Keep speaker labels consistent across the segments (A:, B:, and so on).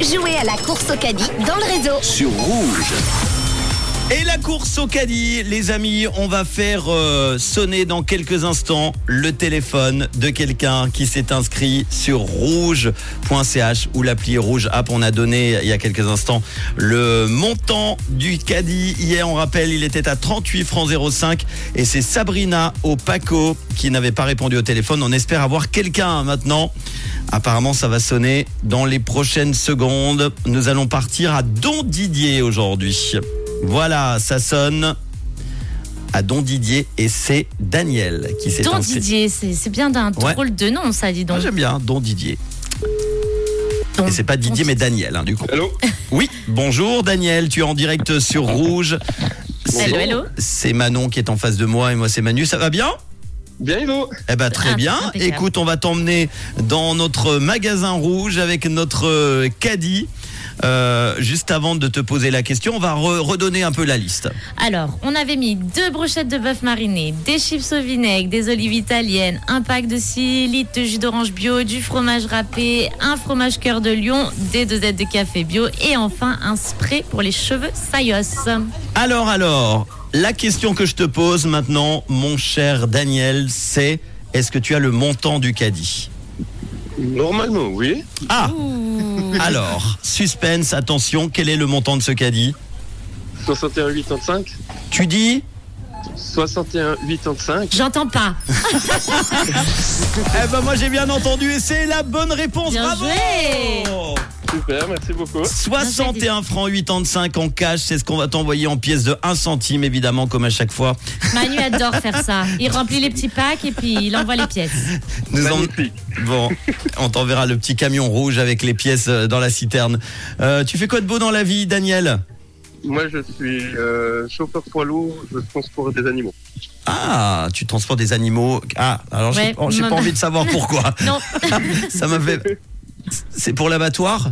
A: Jouez à la course au caddie dans le réseau.
B: sur rouge.
C: Et la course au caddie, les amis, on va faire euh, sonner dans quelques instants le téléphone de quelqu'un qui s'est inscrit sur rouge.ch ou l'appli rouge app. On a donné il y a quelques instants le montant du caddie. Hier, on rappelle, il était à 38 francs 05 et c'est Sabrina au Paco qui n'avait pas répondu au téléphone. On espère avoir quelqu'un maintenant. Apparemment, ça va sonner dans les prochaines secondes. Nous allons partir à Don Didier aujourd'hui. Voilà, ça sonne à Don Didier et c'est Daniel qui s'est
D: Don
C: inscrit.
D: Didier, c'est c'est bien d'un
C: Ouais.
D: drôle de nom, ça, dis
C: Moi,
D: donc. Oh.
C: j'aime bien Don Didier.
D: Don-
C: Et Ah, c'est pas Didier mais Daniel, hein, du coup.
E: Allô
C: Oui, bonjour Daniel, tu es en direct sur Rouge. C'est-
D: Hello, hello.
C: C'est Manon qui est en face de moi et moi c'est Manu, ça va bien
E: Bien et vous
C: Eh ben très
D: Ah,
C: bien.
D: impeccable.
C: Écoute, on va t'emmener dans notre magasin rouge avec notre euh, caddie. Euh, juste avant de te poser la question, on va re- redonner un peu la liste.
D: Alors, on avait mis deux brochettes de bœuf mariné, des chips au vinaigre, des olives italiennes, un pack de 6 litres de jus d'orange bio, du fromage râpé, un fromage cœur de lion, des dosettes de café bio et enfin un spray pour les cheveux Sayos.
C: Alors, alors, la question que je te pose maintenant, mon cher Daniel, c'est est-ce que tu as le montant du caddie
E: Normalement, oui.
C: Ah,
D: Ouh.
C: alors, suspense, attention, quel est le montant de ce caddie
E: 61,85
C: Tu dis
E: 61,85
D: J'entends pas.
C: Eh ben moi j'ai bien entendu et c'est la bonne réponse.
D: Bien
C: Bravo
D: joué
E: Super, merci beaucoup.
C: 61 francs 85 en cash, c'est ce qu'on va t'envoyer en pièces de 1 centime évidemment comme à chaque fois.
D: Manu adore faire ça. Il remplit les petits packs et puis il envoie les pièces.
C: Nous en-
E: Magnifique.
C: Bon, on t'enverra le petit camion rouge avec les pièces euh, dans la citerne. Euh, tu fais quoi de beau dans la vie Daniel
E: Moi, je suis euh, chauffeur poids lourd, je transporte des animaux.
C: Ah, tu transportes des animaux. Ah, alors j'ai
D: Ouais,
C: j'ai pas
D: maman.
C: envie de savoir pourquoi.
D: Non,
C: Ça m'a fait C'est pour l'abattoir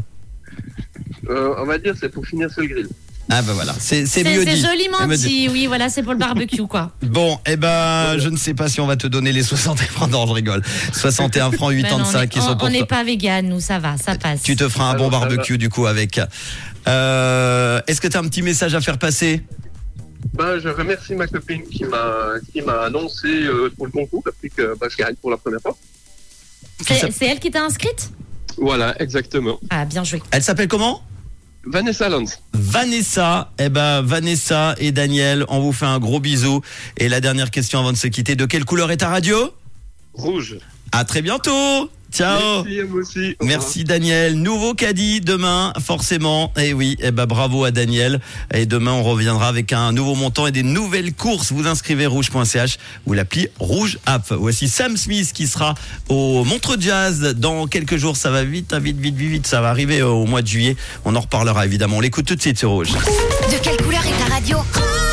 E: Euh, on va dire, c'est pour finir sur le grill.
C: Ah bah voilà, c'est c'est
D: c'est
C: mieux
D: c'est
C: dit.
D: joliment
C: Elle me dit-
D: dit. Oui, voilà, c'est pour le barbecue, quoi.
C: Bon, eh ben, je ne sais pas si on va te donner les 61 francs. Non, je rigole. 61 francs
D: Ben non,
C: 85 qui
D: on est-
C: sont
D: on-
C: pour
D: On n'est
C: toi.
D: pas vegan, nous, ça va, ça passe.
C: Tu te feras un bon
E: Alors, ça
C: barbecue du coup avec. Euh, Est-ce que tu as un petit message à faire passer
E: Bah, je remercie ma copine qui m'a qui m'a annoncé euh, pour le concours depuis que bah, je gagne pour la première fois.
D: C'est c'est elle qui t'a inscrite
E: Voilà, exactement.
D: Ah, bien joué.
C: Elle s'appelle comment
E: Vanessa Lance.
C: Vanessa. Eh ben, Vanessa et Daniel, on vous fait un gros bisou. Et la dernière question avant de se quitter de quelle couleur est ta radio
E: Rouge.
C: À très bientôt. Ciao.
E: Merci à vous aussi. Au revoir.
C: Merci Daniel. Nouveau caddie demain, forcément. Et oui, eh ben bravo à Daniel. Et demain, on reviendra avec un nouveau montant et des nouvelles courses. Vous inscrivez rouge.ch ou l'appli Rouge App. Voici Sam Smith qui sera au Montre Jazz dans quelques jours. Ça va vite, hein, vite, vite, vite, vite. Ça va arriver euh, au mois de juillet. On en reparlera évidemment. On l'écoute tout de suite sur Rouge.
A: De quelle couleur est ta radio